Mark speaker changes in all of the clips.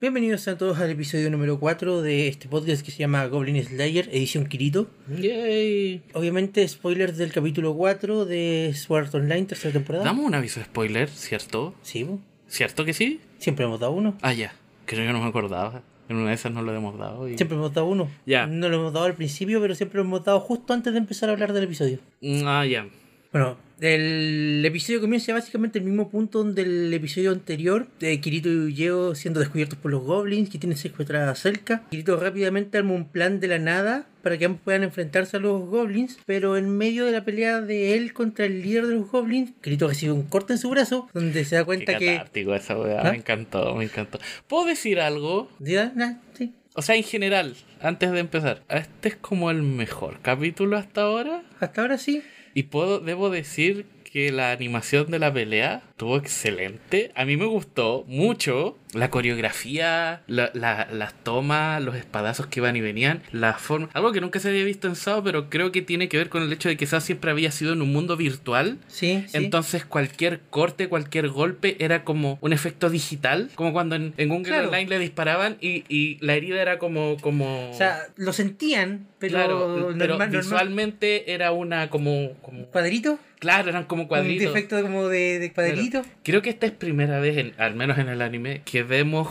Speaker 1: Bienvenidos a todos al episodio número 4 de este podcast que se llama Goblin Slayer, edición Kirito.
Speaker 2: Yay.
Speaker 1: Obviamente, spoilers del capítulo 4 de Sword Online, tercera temporada.
Speaker 2: Damos un aviso de spoiler, ¿cierto?
Speaker 1: Sí, po.
Speaker 2: ¿Cierto que sí?
Speaker 1: siempre hemos dado uno.
Speaker 2: Ah, ya. Creo que yo no me acordaba. En una de esas no lo hemos dado. y-
Speaker 1: Siempre hemos dado uno.
Speaker 2: Ya.
Speaker 1: No lo hemos dado al principio, pero siempre lo hemos dado justo antes de empezar a hablar del episodio.
Speaker 2: Mm, Ah, ya.
Speaker 1: Bueno, el episodio comienza básicamente el mismo punto donde el episodio anterior de Kirito y Yeo siendo descubiertos por los goblins que tienen secuestrada a Selka. Kirito rápidamente arma un plan de la nada para que ambos puedan enfrentarse a los goblins, pero en medio de la pelea de él contra el líder de los goblins, Kirito recibe un corte en su brazo donde se da
Speaker 2: Qué
Speaker 1: cuenta que...
Speaker 2: catártico esa weá.
Speaker 1: ¿Ah?
Speaker 2: Me encantó, me encantó. ¿Puedo decir algo?
Speaker 1: Ya, na, sí.
Speaker 2: O sea, en general, antes de empezar, este es como el mejor capítulo hasta ahora.
Speaker 1: Hasta ahora sí.
Speaker 2: Y puedo, debo decir que la animación de la pelea estuvo excelente. A mí me gustó mucho la coreografía, la- la- las tomas, los espadazos que iban y venían, la forma. Algo que nunca se había visto en SAO, pero creo que tiene que ver con el hecho de que SAO siempre había sido en un mundo virtual.
Speaker 1: Sí, sí.
Speaker 2: Entonces cualquier corte, cualquier golpe era como un efecto digital, como cuando en, en Google
Speaker 1: Claro.
Speaker 2: Online le disparaban y, y la herida era como... como...
Speaker 1: o sea, lo sentían, pero,
Speaker 2: claro, pero
Speaker 1: normal, normal.
Speaker 2: visualmente era una como, como
Speaker 1: ¿Cuadrito?
Speaker 2: Claro, eran como
Speaker 1: Un
Speaker 2: cuadritos.
Speaker 1: defecto como de, de cuadrito.
Speaker 2: Creo que esta es primera vez, en- al menos en el anime, que vemos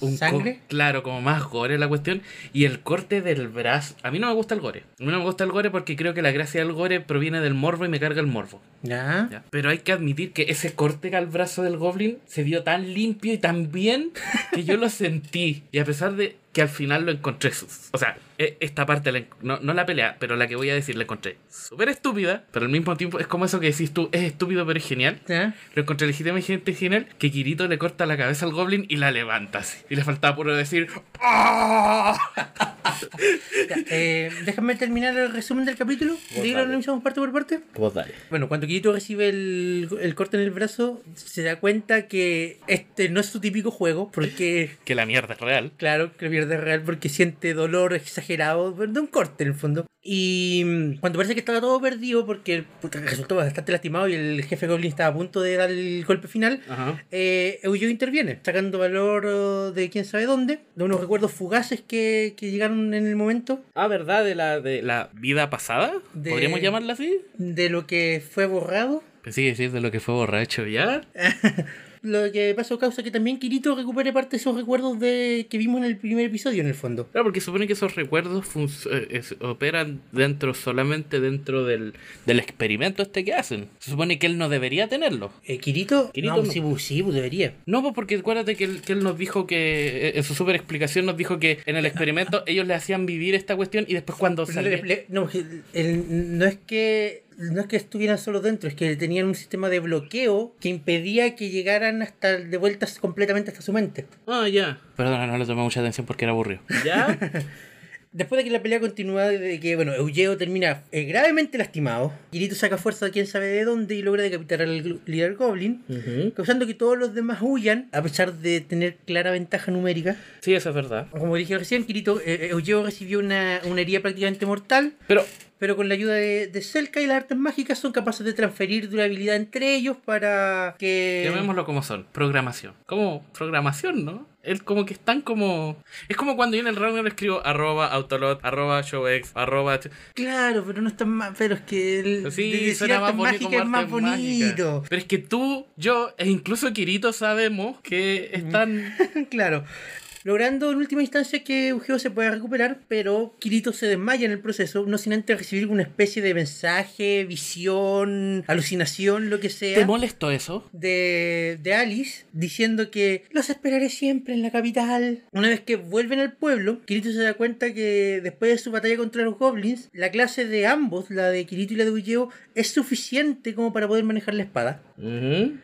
Speaker 2: un co-
Speaker 1: ¿Sangre?
Speaker 2: claro, como más gore la cuestión. Y el corte del brazo. A mí no me gusta el gore. A mí no me gusta el gore porque creo que la gracia del gore proviene del morbo y me carga el morbo.
Speaker 1: Ya.
Speaker 2: ¿ya? Pero hay que admitir que ese corte al brazo del goblin se vio tan limpio y tan bien que yo lo sentí. Y a pesar de que al final lo encontré sus. O sea, e- esta parte, la en- no, no la pelea, pero la que voy a decir la encontré súper estúpida, pero al mismo tiempo es como eso que decís tú, es estúpido pero es genial.
Speaker 1: Ya.
Speaker 2: Lo encontré legítimamente genial que Kirito le corta la cabeza al goblin y la levanta así. Y le faltaba puro decir ¡Ah!
Speaker 1: Ya, eh, déjame terminar el resumen del capítulo.
Speaker 2: Vos
Speaker 1: Digo, lo
Speaker 2: dale.
Speaker 1: analizamos parte por parte. Bueno, cuando Kirito recibe el, el corte en el brazo, se da cuenta que este no es su típico juego, porque,
Speaker 2: Que la mierda es real.
Speaker 1: claro, que lo pierde real porque siente dolor exagerado, pero de un corte en el fondo. Y mm, cuando parece que estaba todo perdido, porque, porque resultó bastante lastimado y el jefe Goblin estaba a punto de dar el golpe final,
Speaker 2: Ajá.
Speaker 1: eh, Eugeo interviene, sacando valor oh, de quién sabe dónde, de unos recuerdos fugaces que, que llegaron en el momento.
Speaker 2: Ah, ¿verdad? De la, de la vida pasada.
Speaker 1: De-
Speaker 2: ¿Podríamos llamarla así?
Speaker 1: de lo que fue borrado.
Speaker 2: Pensé que decir de lo que fue borracho ya.
Speaker 1: Lo que pasó causa que también Kirito recupere parte de esos recuerdos de que vimos en el primer episodio, en el fondo.
Speaker 2: Claro, porque supone que esos recuerdos func- eh, es- operan dentro, solamente dentro del, del experimento este que hacen. Se supone que él no debería tenerlo.
Speaker 1: Eh, ¿Kirito?
Speaker 2: Kirito
Speaker 1: no,
Speaker 2: no.
Speaker 1: Sí, pues, sí, pues, debería.
Speaker 2: No, pues porque acuérdate que él, que él nos dijo que, eh, en su super explicación nos dijo que en el experimento ellos le hacían vivir esta cuestión y después cuando
Speaker 1: Pero
Speaker 2: salía...
Speaker 1: le- le- no, el- el- no es que no es que estuvieran solo dentro, es que tenían un sistema de bloqueo que impedía que llegaran hasta de vueltas completamente hasta su mente.
Speaker 2: Ah, ya. Perdona, no le tomé mucha atención porque era aburrido. ¿Ya?
Speaker 1: Después de que la pelea continúa, de que bueno, Eugeo termina eh, gravemente lastimado, Kirito saca fuerza de quién sabe de dónde y logra decapitar al gl- líder Goblin. causando que todos los demás huyan, a pesar de tener clara ventaja numérica.
Speaker 2: Sí, eso es verdad.
Speaker 1: Como dije recién, Kirito, eh, Eugeo recibió una, una herida prácticamente mortal,
Speaker 2: Pero,
Speaker 1: pero con la ayuda de, de Selka y las artes mágicas son capaces de transferir durabilidad entre ellos para que...
Speaker 2: llamémoslo como son, programación. Como programación, ¿no? Es como que están como... Es como cuando yo en el round le escribo arroba autolot, arroba showx, arroba... ch-
Speaker 1: Claro, pero no están más... Pero es que el
Speaker 2: Sí,
Speaker 1: de decir
Speaker 2: suena más
Speaker 1: artes
Speaker 2: bonito
Speaker 1: mágicas es
Speaker 2: como
Speaker 1: más
Speaker 2: artes mágicas.
Speaker 1: bonito.
Speaker 2: Pero es que tú, yo e incluso Kirito sabemos que están...
Speaker 1: claro. Logrando en última instancia que Eugeo se pueda recuperar, pero Kirito se desmaya en el proceso, no sin antes recibir una especie de mensaje, visión, alucinación, lo que sea.
Speaker 2: ¿Te molesto eso?
Speaker 1: de, de Alice diciendo que los esperaré siempre en la capital. Una vez que vuelven al pueblo, Kirito se da cuenta que después de su batalla contra los goblins, la clase de ambos, la de Kirito y la de Ulleo, es suficiente como para poder manejar la espada.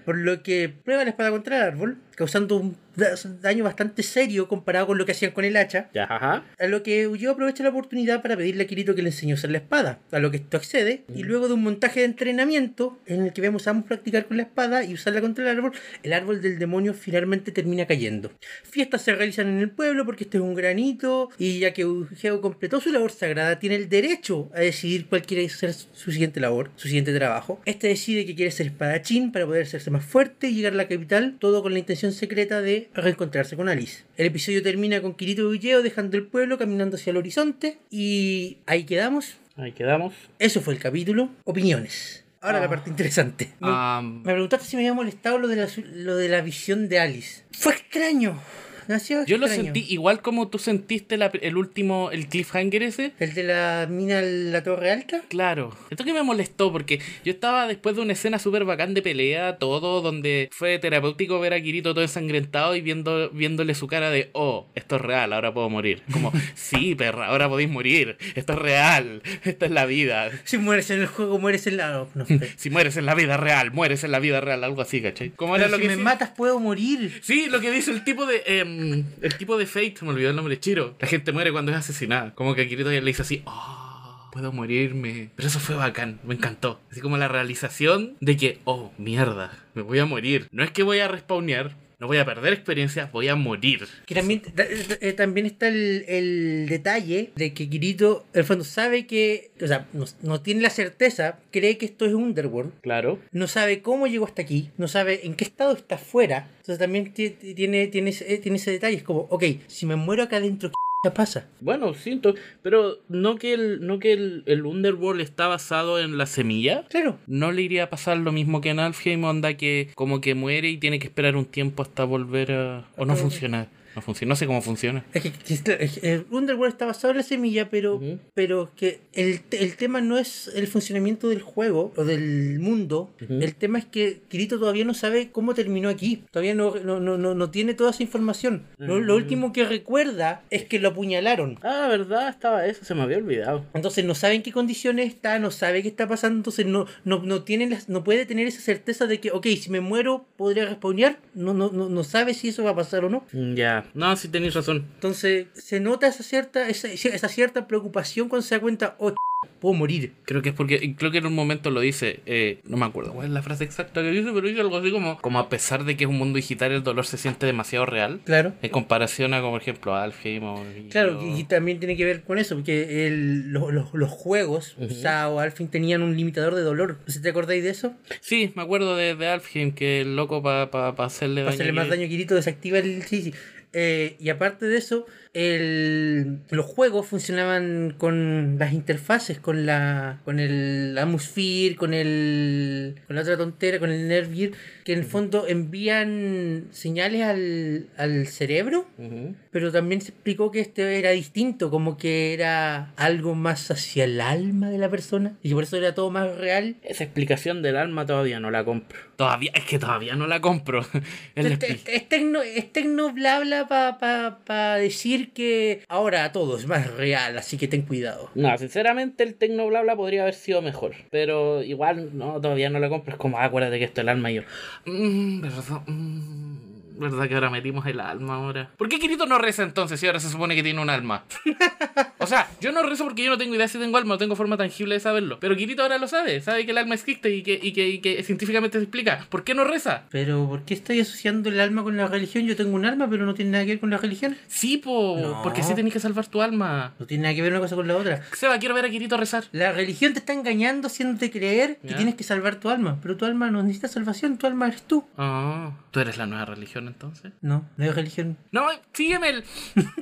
Speaker 1: Por lo que prueba la espada contra el árbol, causando un da- daño bastante serio comparado con lo que hacían con el hacha.
Speaker 2: Ya, ajá.
Speaker 1: A lo que Ulleo aprovecha la oportunidad para pedirle a Kirito que le enseñe a usar la espada, a lo que esto accede, y luego de un montaje de entrenamiento en el que vemos a ambos practicar con la espada y usarla contra el árbol, el árbol del demonio finalmente termina cayendo. Fiestas se realizan en el pueblo porque este es un granito, y ya que Ulleo completó su labor sagrada, tiene el derecho a decidir cuál quiere ser su siguiente labor, su siguiente trabajo. Este decide que quiere ser espadachín para poder hacerse más fuerte y llegar a la capital, todo con la intención misión secreta de reencontrarse con Alice. El episodio termina con Kirito y Ulleo dejando el pueblo, caminando hacia el horizonte y ahí quedamos.
Speaker 2: Ahí quedamos.
Speaker 1: Eso fue el capítulo. Opiniones. Ahora la
Speaker 2: Ah.
Speaker 1: parte interesante. Me,
Speaker 2: Am,
Speaker 1: me preguntaste si me había molestado lo de la, su- lo de la visión de Alice. Fue extraño. Demasiado
Speaker 2: yo lo
Speaker 1: extraño.
Speaker 2: sentí igual como tú sentiste la- el último, el cliffhanger ese.
Speaker 1: ¿El de la mina en la torre alta?
Speaker 2: Claro, esto que me molestó porque yo estaba después de una escena súper bacán de pelea, todo, donde fue terapéutico ver a Kirito todo ensangrentado y viendo, viéndole su cara de, oh, esto es real, ahora puedo morir. Como, sí, perra, ahora podéis morir, esto es real, esta es la vida.
Speaker 1: Si mueres en el juego, mueres en la... No, pero-
Speaker 2: Si mueres en la vida real, mueres en la vida real, algo así, ¿cachai? Como era
Speaker 1: pero
Speaker 2: lo
Speaker 1: si
Speaker 2: que
Speaker 1: me
Speaker 2: hice-
Speaker 1: matas puedo morir.
Speaker 2: Sí, lo que dice el tipo de. em, el tipo de Fate, me olvidó el nombre, Chiro. La gente muere cuando es asesinada. Como que a Kirito le dice así, oh, puedo morirme. Pero eso fue bacán, me encantó. Así como la realización de que, oh, mierda, me voy a morir. No es que voy a respawnear, no voy a perder experiencia, voy a morir.
Speaker 1: Que también, ta- eh, también está el, el detalle de que Kirito, en el fondo, sabe que... O sea, no, no tiene la certeza, cree que esto es Underworld.
Speaker 2: Claro.
Speaker 1: No sabe cómo llegó hasta aquí, no sabe en qué estado está afuera. Entonces también ti- ti- tiene, tiene, ese, eh, tiene ese detalle. Es como, ok, si me muero acá adentro, ¿qué pasa?
Speaker 2: Bueno, siento. Pero no que el, no que el, el Underworld está basado en la semilla.
Speaker 1: Claro,
Speaker 2: No le iría a pasar lo mismo que en Alfheim, onda que como que muere y tiene que esperar un tiempo hasta volver a... O no
Speaker 1: Pero-
Speaker 2: funciona. No funciona, no sé cómo funciona.
Speaker 1: Es que, que- claro, es que el Underworld está basado en la semilla, pero,
Speaker 2: Ujú.
Speaker 1: pero que el, te- el tema no es el funcionamiento del juego o del mundo.
Speaker 2: Ujú.
Speaker 1: El tema es que Kirito todavía no sabe cómo terminó aquí. Todavía no, no, no, no, no tiene toda esa información. Lo, lo
Speaker 2: Ujú.
Speaker 1: último que recuerda es que lo apuñalaron.
Speaker 2: Ah, verdad, estaba eso, se me había olvidado.
Speaker 1: Entonces no sabe en qué condiciones está, no sabe qué está pasando, entonces no, no, no, tiene las- no puede tener esa certeza de que, ok, si me muero, podría respawnear. No, no, no, no sabe si eso va a pasar o no.
Speaker 2: Mm, Ya, no, sí tenéis razón.
Speaker 1: Entonces se nota esa cierta, esa, esa cierta preocupación cuando se da cuenta, oh, ch- puedo morir.
Speaker 2: Creo que es porque, y creo que en un momento lo dice, eh, no me acuerdo cuál es la frase exacta que dice, pero dice algo así como, como a pesar de que es un mundo digital, el dolor se siente demasiado real.
Speaker 1: Claro.
Speaker 2: En comparación a, como por ejemplo, Alfheim o...
Speaker 1: Claro, y, y también tiene que ver con eso, porque el- lo- lo- los juegos,
Speaker 2: Ujú.
Speaker 1: SAO, al fin tenían un limitador de dolor. ¿Se te acordáis de eso?
Speaker 2: Sí, me acuerdo de, de Alfheim, que el loco para hacerle
Speaker 1: Para
Speaker 2: daño...
Speaker 1: hacerle
Speaker 2: a
Speaker 1: más
Speaker 2: Kirito.
Speaker 1: daño a Kirito, desactiva el. Sí, sí. Eh, y aparte de eso, el- los juegos funcionaban con las interfaces, con la con el Amusphere, con el con la otra tontera, con el Nerve Gear, que en el fondo envían señales al, al cerebro,
Speaker 2: Ujú.
Speaker 1: pero también se explicó que este era distinto, como que era algo más hacia el alma de la persona, y que por eso era todo más real.
Speaker 2: Esa explicación del alma todavía no la compro. Todavía, es que todavía no la compro. Es la
Speaker 1: Es,
Speaker 2: expli-
Speaker 1: es- Este, es tecno, es tecno bla bla para pa, pa decir que ahora todo es más real, así que ten cuidado.
Speaker 2: No, sinceramente el Tecno Bla Bla podría haber sido mejor. Pero igual, no, todavía no la compro. Es como, ah, acuérdate que esto es el alma y yo. Mmm, verdad, mm, verdad que ahora metimos el alma ahora. ¿Por qué Kirito no reza entonces si ahora se supone que tiene un alma? o sea, yo no rezo porque yo no tengo idea si tengo alma, no tengo forma tangible de saberlo. Pero Kirito ahora lo sabe, sabe que el alma existe y que, y que, y que científicamente se explica. ¿Por qué no reza?
Speaker 1: Pero ¿por qué estoy asociando el alma con la religión? Yo tengo un alma, pero no tiene nada que ver con la religión.
Speaker 2: Sí, po,
Speaker 1: No.
Speaker 2: porque sí tenés que salvar tu alma.
Speaker 1: No tiene nada que ver una cosa con la otra.
Speaker 2: Seba, quiero ver a Kirito rezar.
Speaker 1: La religión te está engañando haciéndote creer que
Speaker 2: Ya.
Speaker 1: tienes que salvar tu alma, pero tu alma no necesita salvación, tu alma eres tú.
Speaker 2: Ah, ¿tú eres la nueva religión entonces?
Speaker 1: No, no es religión.
Speaker 2: No, sígueme. el-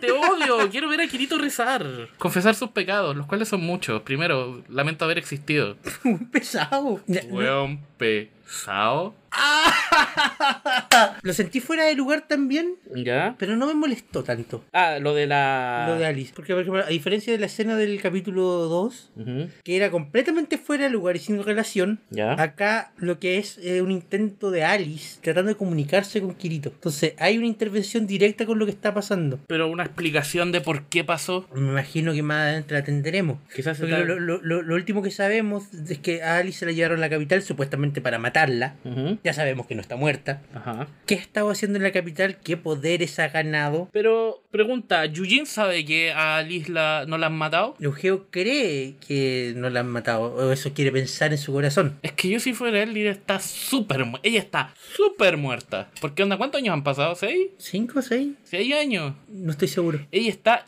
Speaker 2: Te odio. Quiero ver a Kirito rezar. Confesar sus pecados, los cuales son muchos. Primero, lamento haber existido.
Speaker 1: Muy pesado. Ya, no-
Speaker 2: Weón pesado.
Speaker 1: Lo sentí fuera de lugar también,
Speaker 2: ¿Ya?
Speaker 1: pero no me molestó tanto.
Speaker 2: Ah, lo de la.
Speaker 1: Lo de Alice. Porque, por ejemplo, a diferencia de la escena del capítulo 2,
Speaker 2: Ujú,
Speaker 1: que era completamente fuera de lugar y sin relación.
Speaker 2: ¿Ya?
Speaker 1: Acá lo que es eh, un intento de Alice tratando de comunicarse con Kirito. Entonces hay una intervención directa con lo que está pasando.
Speaker 2: Pero una explicación de por qué pasó.
Speaker 1: Me imagino que más adelante la atenderemos.
Speaker 2: Quizás se
Speaker 1: Porque
Speaker 2: tal-
Speaker 1: lo, lo- lo- lo último que sabemos es que a Alice se la llevaron a la capital supuestamente para matarla.
Speaker 2: Ujú,
Speaker 1: Ya sabemos que no está muerta.
Speaker 2: Ajá.
Speaker 1: ¿Qué ha estado haciendo en la capital? ¿Qué poderes ha ganado?
Speaker 2: Pero Pregunta, ¿Yujin sabe que a Liz la- no la han matado?
Speaker 1: Eugeo cree que no la han matado, o eso quiere pensar en su corazón.
Speaker 2: Es que yo si fuera él, Liz está súper mu- Ella está súper muerta. ¿Por qué onda? ¿Cuántos años han pasado? ¿Seis?
Speaker 1: ¿Cinco o seis?
Speaker 2: ¿Seis años?
Speaker 1: No estoy seguro.
Speaker 2: Ella está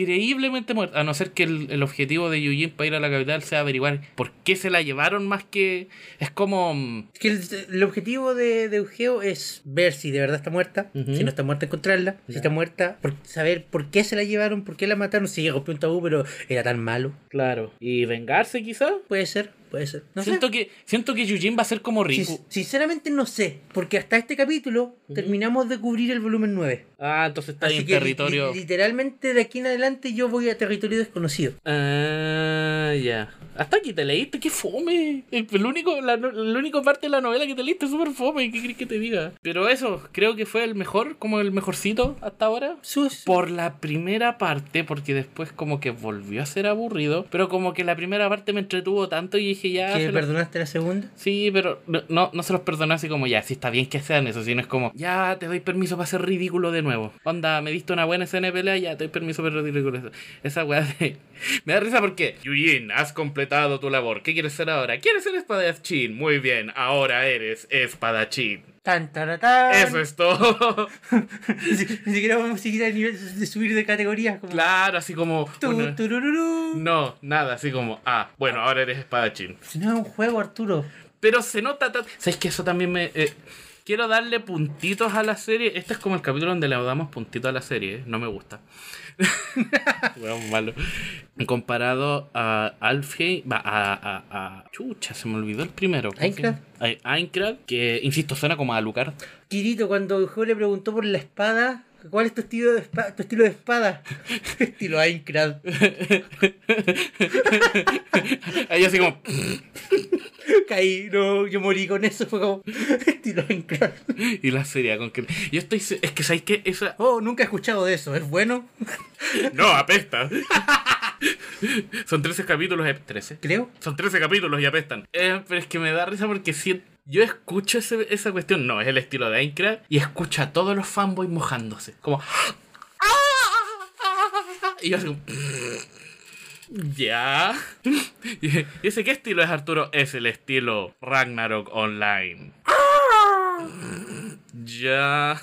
Speaker 2: increíblemente muerta. A no ser que el, el objetivo de Yujin para ir a la capital sea averiguar por qué se la llevaron más que... Es como... mm,
Speaker 1: Es que el, el objetivo de, de Eugeo es ver si de verdad está muerta,
Speaker 2: Ujú.
Speaker 1: si no está muerta, encontrarla, si
Speaker 2: Ya.
Speaker 1: está muerta, por, saber por qué se la llevaron, por qué la mataron, si llegó un tabú, pero era tan malo.
Speaker 2: Claro. ¿Y vengarse quizá?
Speaker 1: Puede ser, puede ser. No sé.
Speaker 2: siento, que, siento que Yujin va a ser como Riku.
Speaker 1: Sin- sinceramente no sé, porque hasta este capítulo terminamos de cubrir el volumen 9.
Speaker 2: Ah, entonces está
Speaker 1: Así
Speaker 2: en
Speaker 1: que li-
Speaker 2: territorio...
Speaker 1: li- literalmente de aquí en adelante yo voy a territorio desconocido.
Speaker 2: Ah, ya. Hasta aquí te leíste, qué fome. El, el único, la, no- la única parte de la novela que te leíste es súper fome. ¿Qué crees que te diga? Pero eso, creo que fue el mejor, como el mejorcito hasta ahora.
Speaker 1: Sus.
Speaker 2: Por la primera parte, porque después como que volvió a ser aburrido. Pero como que la primera parte me entretuvo tanto y dije ya.
Speaker 1: ¿Que
Speaker 2: se lo-
Speaker 1: perdonaste la segunda?
Speaker 2: Sí, pero no- no, no se los perdoné así como ya, sí está bien que sean eso, sino es como, ya te doy permiso para ser ridículo de nuevo. Onda, me diste una buena escena de pelea, ya te doy permiso para ser ridículo. Esa weá de... Me da risa porque, Yujin, has completado tu labor, ¿qué quieres ser ahora? ¿Quieres ser espadachín? Muy bien, ahora eres espadachín.
Speaker 1: Tan, taratán.
Speaker 2: Eso es todo.
Speaker 1: Ni si- ni siquiera vamos a seguir a nivel de subir de categorías. Como...
Speaker 2: claro, así como...
Speaker 1: Tu,
Speaker 2: una-
Speaker 1: turururú.
Speaker 2: No, nada, así como, ah, bueno, ahora eres espadachín.
Speaker 1: Si no es un juego, Arturo.
Speaker 2: Pero se nota. tan- ¿Sabes que Eso también me. eh, quiero darle puntitos a la serie. Este es como el capítulo donde le damos puntitos a la serie. eh. No me gusta. Weón malo. Comparado a Alfheim. va, A, a, a- Chucha, se me olvidó el primero. ¿Cómo se
Speaker 1: Aincrad.
Speaker 2: llama? A- Aincrad, que insisto, suena como a Lucar.
Speaker 1: Kirito, cuando Eugeo le preguntó por la espada, ¿cuál es tu estilo de, espa- tu estilo de espada? estilo Aincrad.
Speaker 2: Ahí así como.
Speaker 1: Caí, no, yo morí con eso. Fue como estilo Aincrad.
Speaker 2: Y la serie con que. Yo estoy. se- Es que sabéis que esa.
Speaker 1: Oh, nunca he escuchado de eso. ¿Es bueno?
Speaker 2: No, apesta. Son 13 capítulos. eh, 13.
Speaker 1: Creo.
Speaker 2: Son 13 capítulos y apestan. Eh, pero es que me da risa porque si yo escucho ese- esa cuestión, no, es el estilo de Aincrad, y escucho a todos los fanboys mojándose. Como. "Ah", Y yo así como. Ya. Y dice, ¿qué estilo es Arturo? Es el estilo Ragnarok Online. Ya.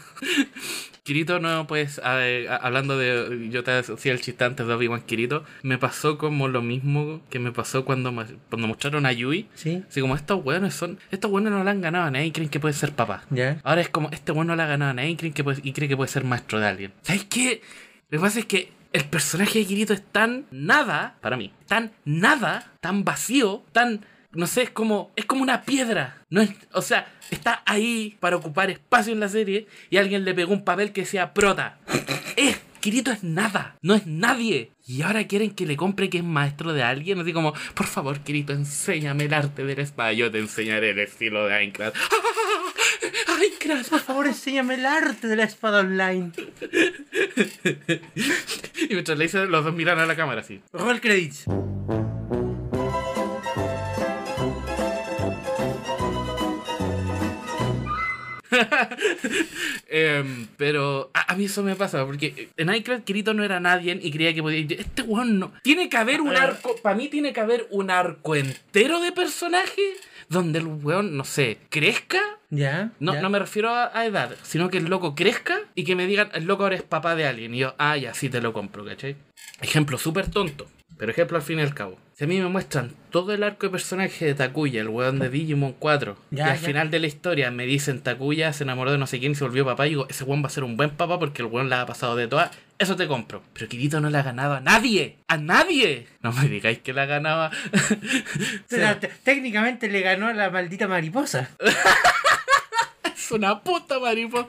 Speaker 2: Kirito, no, pues, a- a- hablando de. Yo te hacía el chiste antes de Obi-Wan Kirito. Me pasó como lo mismo que me pasó cuando, me- cuando mostraron a Yui.
Speaker 1: Sí.
Speaker 2: Así como, estos weones son. Estos weones no le han ganado a nadie y creen que puede ser papá.
Speaker 1: Ya.
Speaker 2: Ahora es como, este weón no le ha ganado a nadie y cree que puede, y cree que puede ser maestro de alguien. ¿Sabes qué? Lo que pasa es que el personaje de Kirito es tan nada, para mí, tan nada, tan vacío, tan. No sé, es como. Es como una piedra. No es, o sea, está ahí para ocupar espacio en la serie y alguien le pegó un papel que sea prota. Es. Kirito es nada, no es nadie. Y ahora quieren que le compre que es maestro de alguien. Así como, por favor, Kirito, enséñame el arte de la espada. Yo te enseñaré el estilo de Aincrad. ¡Ah! ¡Ay, Crash!
Speaker 1: Por favor, enséñame el arte de la espada online.
Speaker 2: Y mientras le dicen, los dos miran a la cámara así.
Speaker 1: Roll credits.
Speaker 2: Em, pero a, a mí eso me pasa, porque en iCloud Kirito no era nadie y creía que podía ir. Este weón no. Tiene que haber un arco, para mí tiene que haber un arco entero de personaje donde el weón, no sé, crezca
Speaker 1: Ya.
Speaker 2: No,
Speaker 1: ya.
Speaker 2: no me refiero a, a edad, sino que el loco crezca y que me digan, el loco ahora es papá de alguien. Y yo, ah, ya, sí te lo compro, ¿cachai? Ejemplo súper tonto, pero ejemplo al fin y al cabo. Si a mí me muestran todo el arco de personaje de Takuya, el weón de Digimon 4,
Speaker 1: Ya,
Speaker 2: y al
Speaker 1: ya.
Speaker 2: final de la historia me dicen Takuya se enamoró de no sé quién y se volvió papá, y digo, ese weón va a ser un buen papá porque el weón la ha pasado de todas. Eso te compro. Pero Kirito no le ha ganado a nadie. ¡A nadie! No me digáis que la ganaba.
Speaker 1: O sea, te- técnicamente le ganó a la maldita mariposa.
Speaker 2: Es una puta mariposa.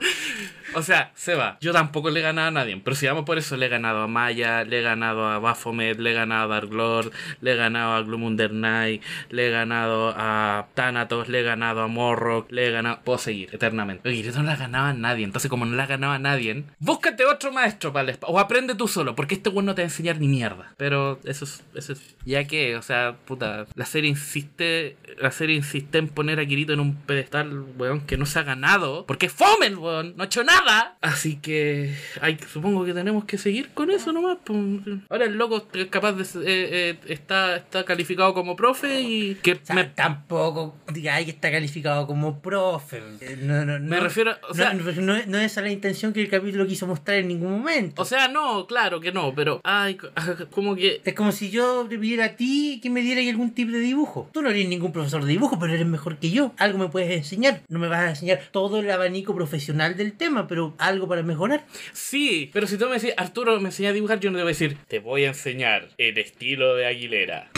Speaker 2: O sea, se va. Yo tampoco le he ganado a nadie. Pero si vamos por eso, le he ganado a Maya, le he ganado a Baphomet, le he ganado a Dark Lord, le he ganado a Gloomunder Knight, le he ganado a Thanatos, le he ganado a Morrock, le he ganado. Puedo seguir eternamente. Oye, yo no la ganaba a nadie. Entonces, como no la ganaba a nadie, búscate otro maestro para el espa- O aprende tú solo, porque este weón no te va a enseñar ni mierda. Pero eso es. Eso es. Ya que, o sea, puta. La serie insiste. La serie insiste en poner a Kirito en un pedestal, weón, que no se ha ganado. Porque es fome el weón. No ha hecho nada. nada. Así que hay, supongo que tenemos que seguir con eso nomás. pues. Ahora el loco es capaz de eh, eh, está, está calificado como profe y que
Speaker 1: O sea,
Speaker 2: me,
Speaker 1: tampoco digáis que está calificado como profe. Eh, No, no, no,
Speaker 2: me refiero, o sea,
Speaker 1: no, no, no es esa la intención que el capítulo quiso mostrar en ningún momento.
Speaker 2: o sea, no, claro que no, pero ay, como que
Speaker 1: es como si yo te pidiera a ti que me dieras algún tip de dibujo. Tú no eres ningún profesor de dibujo, pero eres mejor que yo. Algo me puedes enseñar. No me vas a enseñar todo el abanico profesional del tema, pero algo para mejorar.
Speaker 2: Sí, pero si tú me decís, Arturo, me enseña a dibujar, yo no te voy a decir, te voy a enseñar el estilo de Aguilera.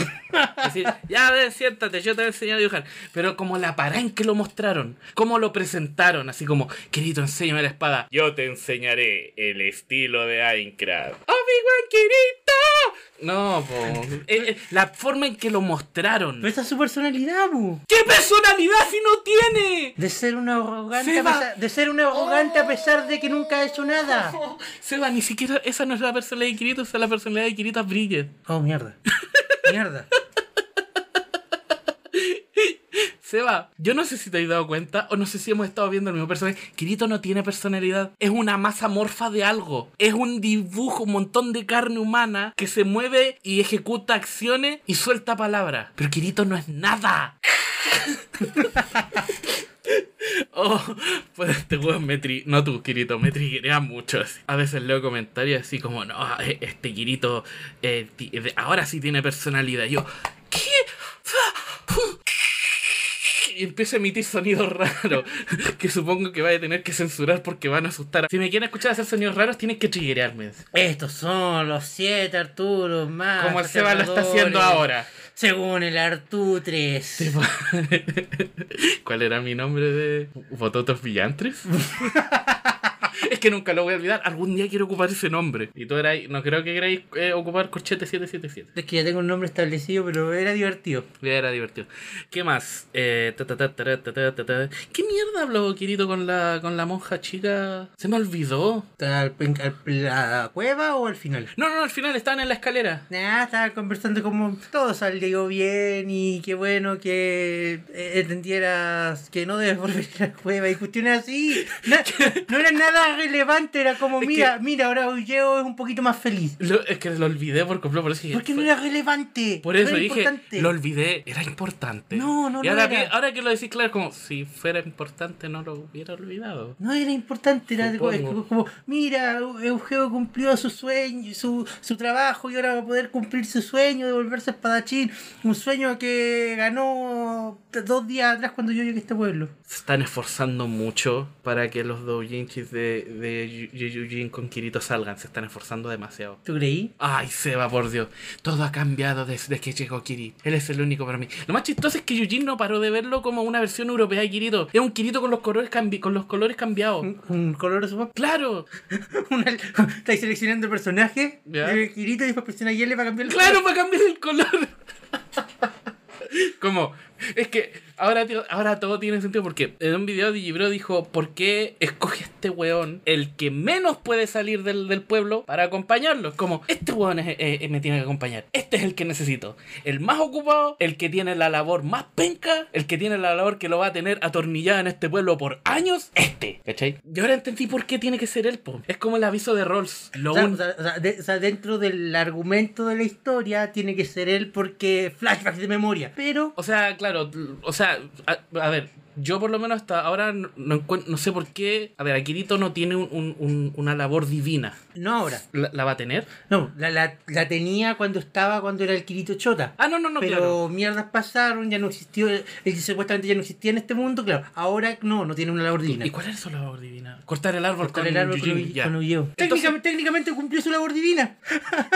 Speaker 2: Es decir, ya ven, siéntate, yo te voy a enseñar a dibujar. Pero como la pará en que lo mostraron, cómo lo presentaron, así como, querido, enséñame la espada. Yo te enseñaré el estilo de Aincrad. ¡Obi-Wan Kirito! No, po. Eh, eh, la forma en que lo mostraron.
Speaker 1: Pero esa es su personalidad, bu.
Speaker 2: ¿Qué personalidad si no tiene?
Speaker 1: De ser un arrogante, a
Speaker 2: Seba.
Speaker 1: pesar, de ser un arrogante a pesar de que nunca ha hecho nada.
Speaker 2: Seba, ni siquiera esa no es la personalidad de Kirito, esa es la personalidad de Kirito Bridget.
Speaker 1: Oh, mierda. Mierda.
Speaker 2: Seba, yo no sé si te has dado cuenta o no sé si hemos estado viendo el mismo personaje. Kirito no tiene personalidad. Es una masa morfa de algo. Es un dibujo, un montón de carne humana que se mueve y ejecuta acciones y suelta palabras. Pero Kirito no es nada. Oh, pues este weón me tri... No tú, Kirito, me triguea mucho. así. A veces leo comentarios así como, no, eh, este Kirito eh, ti- eh, ahora sí tiene personalidad. Y yo, ¿qué? Fa- pu- y empiezo a emitir sonidos raros que supongo que vaya a tener que censurar porque van a asustar. Si me quieren escuchar hacer sonidos raros, tienen que triggerearme.
Speaker 1: Estos son los siete Arturos más.
Speaker 2: Como el Seba lo está haciendo
Speaker 1: aterradores,
Speaker 2: ahora. pues.
Speaker 1: Según el Artú 3.
Speaker 2: ¿Cuál era mi nombre de Bototos Villantres? es que nunca lo voy a olvidar. Algún día quiero ocupar ese nombre. Y tú erais, no creo que queráis eh, ocupar Corchete 777.
Speaker 1: Es que ya tengo un nombre establecido, pero era divertido.
Speaker 2: Era divertido. ¿Qué más? Eh, ta, ta, ta, ta, ta, ta, ta, ta. ¿Qué mierda habló Kirito con la, con la monja chica? Se me olvidó.
Speaker 1: ¿Al, pen- al- a la cueva o al final?
Speaker 2: No, no, no, al final estaban en la escalera.
Speaker 1: Nada, estaba conversando como todo salió bien y qué bueno que eh, entendieras que no debes volver a la cueva y cuestiones así. Na- no era nada relevante, era como,
Speaker 2: Es
Speaker 1: mira, mira, ahora Ulleo es un poquito más feliz.
Speaker 2: Lo- es que lo olvidé por completo. Por eso, dije,
Speaker 1: ¿Por qué no
Speaker 2: fue-
Speaker 1: era relevante?
Speaker 2: por
Speaker 1: no
Speaker 2: eso
Speaker 1: era
Speaker 2: dije,
Speaker 1: importante.
Speaker 2: lo olvidé, era importante.
Speaker 1: No, no
Speaker 2: y
Speaker 1: lo
Speaker 2: ahora,
Speaker 1: era.
Speaker 2: que- ahora que lo decís, claro, es como si fuera importante no lo hubiera olvidado.
Speaker 1: No era importante, era
Speaker 2: Supongo.
Speaker 1: como, como, mira, Eugeo cumplió su sueño, su, su trabajo y ahora va a poder cumplir su sueño de volverse espadachín, un sueño que ganó t- dos días atrás cuando yo llegué a este pueblo.
Speaker 2: Se están esforzando mucho para que los doujinshis de, de Yu- Yu- Yujin con Kirito salgan. Se están esforzando demasiado.
Speaker 1: ¿Tú creí?
Speaker 2: Ay, Seba, por Dios. Todo ha cambiado desde que llegó Kirito. Él es el único para mí. Lo más chistoso es que Yujin no paró de verlo como una versión europea de Kirito. Es un Kirito con los colores, cambi- con los colores cambiados.
Speaker 1: Un, un color su
Speaker 2: ¡Claro!
Speaker 1: una- Estáis seleccionando el personaje,
Speaker 2: Ya.
Speaker 1: el girito y después presiona Y le va a cambiar el
Speaker 2: ¡Claro, para cambiar el color! Como, es que ahora, tío, ahora todo tiene sentido porque en un video Digibro dijo, ¿por qué escoge a este weón, el que menos puede salir del, del pueblo, para acompañarlo? Es Como, este weón es- eh, eh, me tiene que acompañar, este es el que necesito. El más ocupado, el que tiene la labor más penca, el que tiene la labor que lo va a tener atornillada en este pueblo por años, este. ¿Cachai? Y ahora entendí por qué tiene que ser él, po. Es como el aviso de Rolls. Lo
Speaker 1: O sea,
Speaker 2: un-
Speaker 1: o sea, o sea, de- o sea, dentro del argumento de la historia tiene que ser él porque flashbacks de memoria. Pero
Speaker 2: O sea, claro, o sea, a, a ver, yo por lo menos hasta ahora no, no encuent- no sé por qué. A ver, Akirito no tiene un- un- un- una labor divina.
Speaker 1: no ahora.
Speaker 2: ¿La, la va a tener?
Speaker 1: No, la, la, la tenía cuando estaba, cuando era el Kirito Chota.
Speaker 2: Ah, no, no, no,
Speaker 1: pero
Speaker 2: claro.
Speaker 1: mierdas pasaron, ya no existió, eh, eh, supuestamente ya no existía en este mundo, claro. Ahora no, no tiene una labor divina.
Speaker 2: ¿Y cuál era su labor divina? Cortar el árbol
Speaker 1: Cortar
Speaker 2: con
Speaker 1: el árbol con,
Speaker 2: Yujin, ya.
Speaker 1: con Ulleo. técnicamente, técnicamente cumplió su labor divina.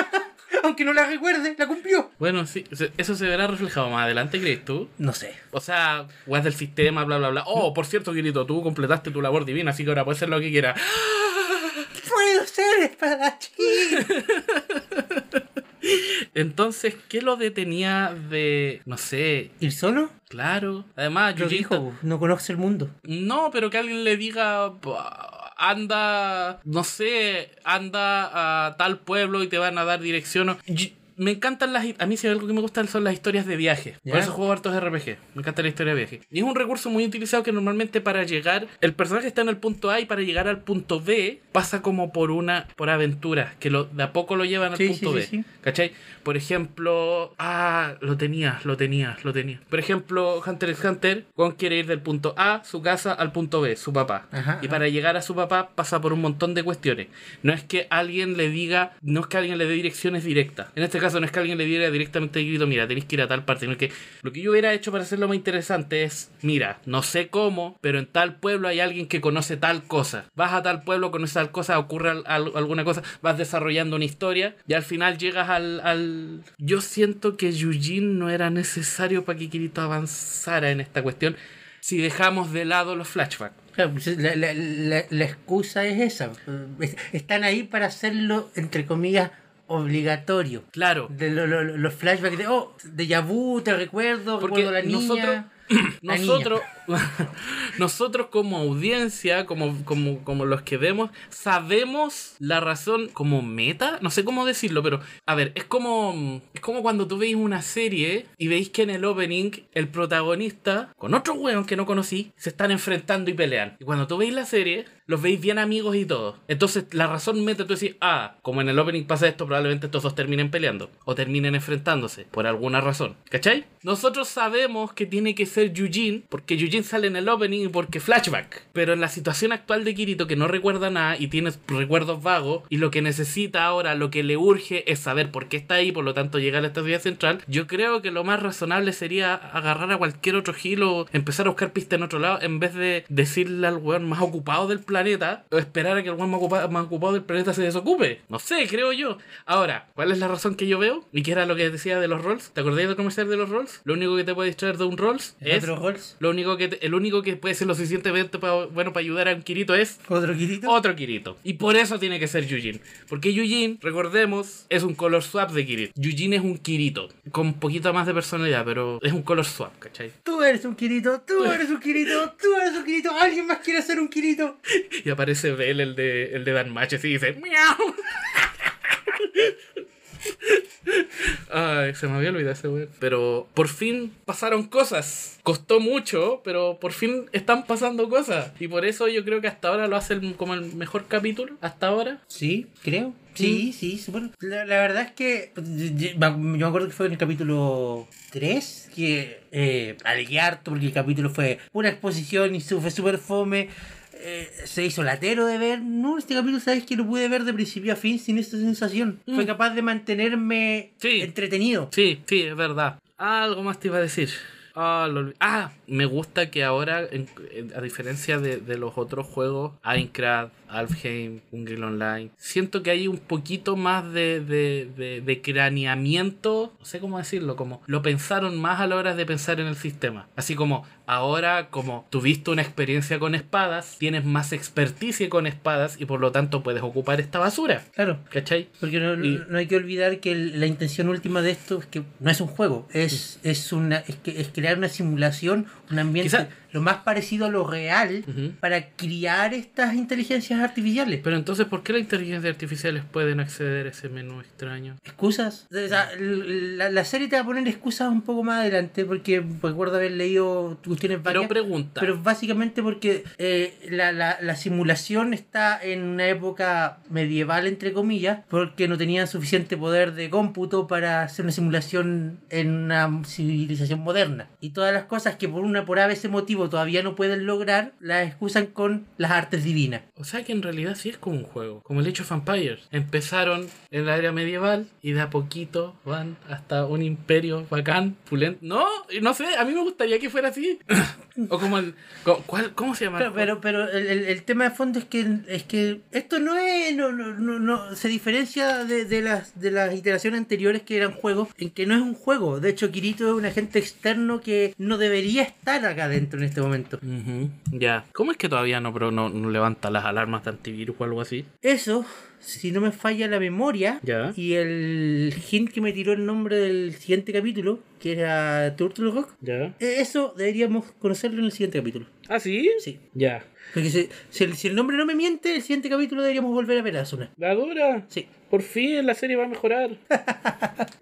Speaker 1: Aunque no la recuerde, la cumplió.
Speaker 2: Bueno, sí, se- eso se verá reflejado más adelante, ¿crees tú?
Speaker 1: No sé.
Speaker 2: O sea, weas del sistema, bla, bla, bla. Oh, por cierto, Kirito, tú completaste tu labor divina, así que ahora puedes hacer lo que quieras.
Speaker 1: Puedo ser espadachín.
Speaker 2: Entonces, ¿qué lo detenía de, no sé,
Speaker 1: ¿Ir solo?
Speaker 2: claro? Además,
Speaker 1: Yo
Speaker 2: Yujin
Speaker 1: dijo, no conoce el mundo.
Speaker 2: No, pero que alguien le diga, "Pa- anda, no sé, anda a tal pueblo y te van a dar dirección. Yo, me encantan las. A mí, si hay algo que me gustan son las historias de viaje. Por
Speaker 1: Ya.
Speaker 2: eso juego hartos RPG. Me encanta la historia de viaje. Y es un recurso muy utilizado que normalmente para llegar. El personaje está en el punto A y para llegar al punto B pasa como por una. por aventura. Que lo, de a poco lo llevan al
Speaker 1: Sí,
Speaker 2: punto
Speaker 1: sí,
Speaker 2: B.
Speaker 1: sí, sí.
Speaker 2: ¿Cachai? Por ejemplo. Ah, lo tenía, lo tenía, lo tenía. Por ejemplo, Hunter x Hunter. Gon quiere ir del punto A, su casa, al punto B, su papá.
Speaker 1: Ajá,
Speaker 2: y
Speaker 1: ajá.
Speaker 2: para llegar a su papá pasa por un montón de cuestiones. No es que alguien le diga, no es que alguien le dé direcciones directas. En este caso no es que alguien le diga directamente el grito, mira, tenéis que ir a tal parte. sino que lo que yo hubiera hecho para hacerlo más interesante es, mira, no sé cómo, pero en tal pueblo hay alguien que conoce tal cosa. Vas a tal pueblo, conoces tal cosa, ocurre al- al- alguna cosa, vas desarrollando una historia y al final llegas al... al... Yo siento que Yujin no era necesario para que Kirito avanzara en esta cuestión si dejamos de lado los flashbacks.
Speaker 1: Claro, pues, la, la- la- la excusa es esa. Es- Están ahí para hacerlo, entre comillas, obligatorio.
Speaker 2: Claro.
Speaker 1: De lo- lo- los flashbacks de, oh, de Yabu, te recuerdo,
Speaker 2: Porque
Speaker 1: recuerdo a la niña.
Speaker 2: nosotros,
Speaker 1: La niña.
Speaker 2: nosotros, nosotros como audiencia, como, como, como los que vemos, sabemos la razón como meta, no sé cómo decirlo, pero a ver, es como, es como cuando tú veis una serie y veis que en el opening el protagonista con otro weón que no conocí se están enfrentando y pelean. Y cuando tú veis la serie, los veis bien amigos y todo. Entonces la razón meta tú decís, ah, como en el opening pasa esto, probablemente estos dos terminen peleando o terminen enfrentándose por alguna razón. ¿Cachai? Nosotros sabemos que tiene que ser Yujin porque Yujin sale en el opening y porque flashback. Pero en la situación actual de Kirito que no recuerda nada y tiene recuerdos vagos y lo que necesita ahora, lo que le urge es saber por qué está ahí, por lo tanto llegar a esta ciudad central, yo creo que lo más razonable sería agarrar a cualquier otro gilo, empezar a buscar pista en otro lado en vez de decirle al weón más ocupado del planeta o esperar a que el weón más ocupa- más ocupado del planeta se desocupe. No sé, creo yo. Ahora, ¿cuál es la razón que yo veo? Y que era lo que decía de los rolls. ¿Te acordáis del comercial de los rolls? Lo único que te puede distraer de un rolls es...
Speaker 1: Otro Rolls,
Speaker 2: Lo único que te- el único que puede ser lo suficientemente pa- bueno para ayudar a un Kirito es
Speaker 1: otro Kirito.
Speaker 2: otro Kirito. Y por eso tiene que ser Yujin. Porque Yujin, recordemos, es un color swap de Kirito. Yujin es un Kirito. Con un poquito más de personalidad, pero es un color swap, ¿cachai?
Speaker 1: Tú eres un Kirito, tú eres un Kirito, tú eres un Kirito, alguien más quiere ser un Kirito.
Speaker 2: Y aparece Bell, el de, el de Dan Matches, y dice ¡Miau! Ay, se me había olvidado ese weón. Pero por fin pasaron cosas. Costó mucho, pero por fin están pasando cosas. Y por eso yo creo que hasta ahora lo hace el- como el mejor capítulo. Hasta ahora.
Speaker 1: Sí, creo.
Speaker 2: Mm.
Speaker 1: Sí, sí, supongo. La, la verdad es que pues, yo- yo yo me acuerdo que fue en el capítulo 3 que eh, alegué harto porque el capítulo fue una exposición y su- fue súper fome. eh, se hizo latero de ver. No, este capítulo sabes que lo pude ver de principio a fin sin esta sensación.
Speaker 2: Mm.
Speaker 1: Fue capaz de mantenerme
Speaker 2: Sí.
Speaker 1: entretenido.
Speaker 2: Sí, sí, es verdad. Algo más te iba a decir. Ah, lo olvi- ah, me gusta que ahora, en- en- a diferencia de, de los otros juegos, Aincrad, Alfheim, Unreal Online, siento que hay un poquito más de, de, de- de craneamiento, no sé cómo decirlo, como lo pensaron más a la hora de pensar en el sistema. Así como ahora, como tuviste una experiencia con espadas, tienes más experticia con espadas y por lo tanto puedes ocupar esta basura.
Speaker 1: Claro.
Speaker 2: ¿Cachai?
Speaker 1: Porque no,
Speaker 2: Y-
Speaker 1: no hay que olvidar que el- la intención última de esto es que no es un juego, es, es, una, es, que, es crear una simulación, un ambiente
Speaker 2: Quizá-
Speaker 1: lo más parecido a lo real
Speaker 2: Ujú.
Speaker 1: para criar estas inteligencias artificiales.
Speaker 2: Pero entonces, ¿por qué las inteligencias artificiales pueden acceder a ese menú extraño?
Speaker 1: Excusas. O sea, la, la serie te va a poner excusas un poco más adelante porque recuerdo haber leído cuestiones varias.
Speaker 2: Pero pregunta.
Speaker 1: Pero básicamente porque eh, la, la- la simulación está en una época medieval, entre comillas, porque no tenían suficiente poder de cómputo para hacer una simulación en una civilización moderna. Y todas las cosas que por una por ese motivo todavía no pueden lograr, las excusan con las artes divinas.
Speaker 2: o sea que en realidad sí es como un juego, como el hecho of Empires. Empezaron en la era medieval y de a poquito van hasta un imperio bacán, pulento. No, no sé, a mí me gustaría que fuera así. o como el. co- ¿cuál, ¿Cómo se llama? el
Speaker 1: Claro, pero, pero el, el- el tema de fondo es que, es que esto no es. No, no, no, no- se diferencia de, de las, de las iteraciones anteriores que eran juegos, en que no es un juego. De hecho, Kirito es un agente externo que no debería estar acá dentro en este momento.
Speaker 2: Ujú, Ya. ¿Cómo es que todavía no, pero no, no levanta las alarmas de antivirus o algo así?
Speaker 1: Eso si no me falla la memoria,
Speaker 2: Ya.
Speaker 1: y el hint que me tiró el nombre del siguiente capítulo, que era Turtle Rock,
Speaker 2: Ya.
Speaker 1: eh, eso deberíamos conocerlo en el siguiente capítulo.
Speaker 2: ¿Ah, sí?
Speaker 1: Sí.
Speaker 2: Ya.
Speaker 1: Porque si, si el, si el nombre no me miente, el siguiente capítulo deberíamos volver a ver a Asuna.
Speaker 2: La dura.
Speaker 1: Sí.
Speaker 2: Por fin la serie va a mejorar.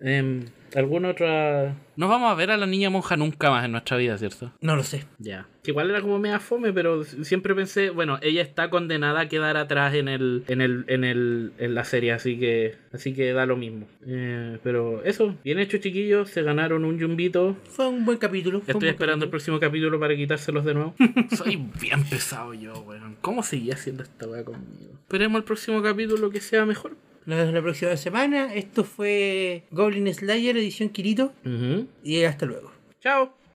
Speaker 2: Em, ¿Alguna otra...? No vamos a ver a la niña monja nunca más en nuestra vida, ¿cierto?
Speaker 1: No lo sé.
Speaker 2: Ya. Que Igual era como media fome, pero siempre pensé, bueno, ella está condenada a quedar atrás en el, en el, en el, en la serie, así que, así que da lo mismo. Eh, pero eso, bien hecho chiquillos, se ganaron un yumbito.
Speaker 1: Fue un buen capítulo. fue un
Speaker 2: Estoy
Speaker 1: buen
Speaker 2: esperando el próximo capítulo para quitárselos de nuevo. Soy bien pesado yo, weón. ¿Cómo seguía haciendo esta weá conmigo? Esperemos el próximo capítulo que sea mejor.
Speaker 1: capítulo. Nos vemos la próxima semana. Esto fue Goblin Slayer, edición Kirito.
Speaker 2: Ujú.
Speaker 1: Y hasta luego.
Speaker 2: Chao.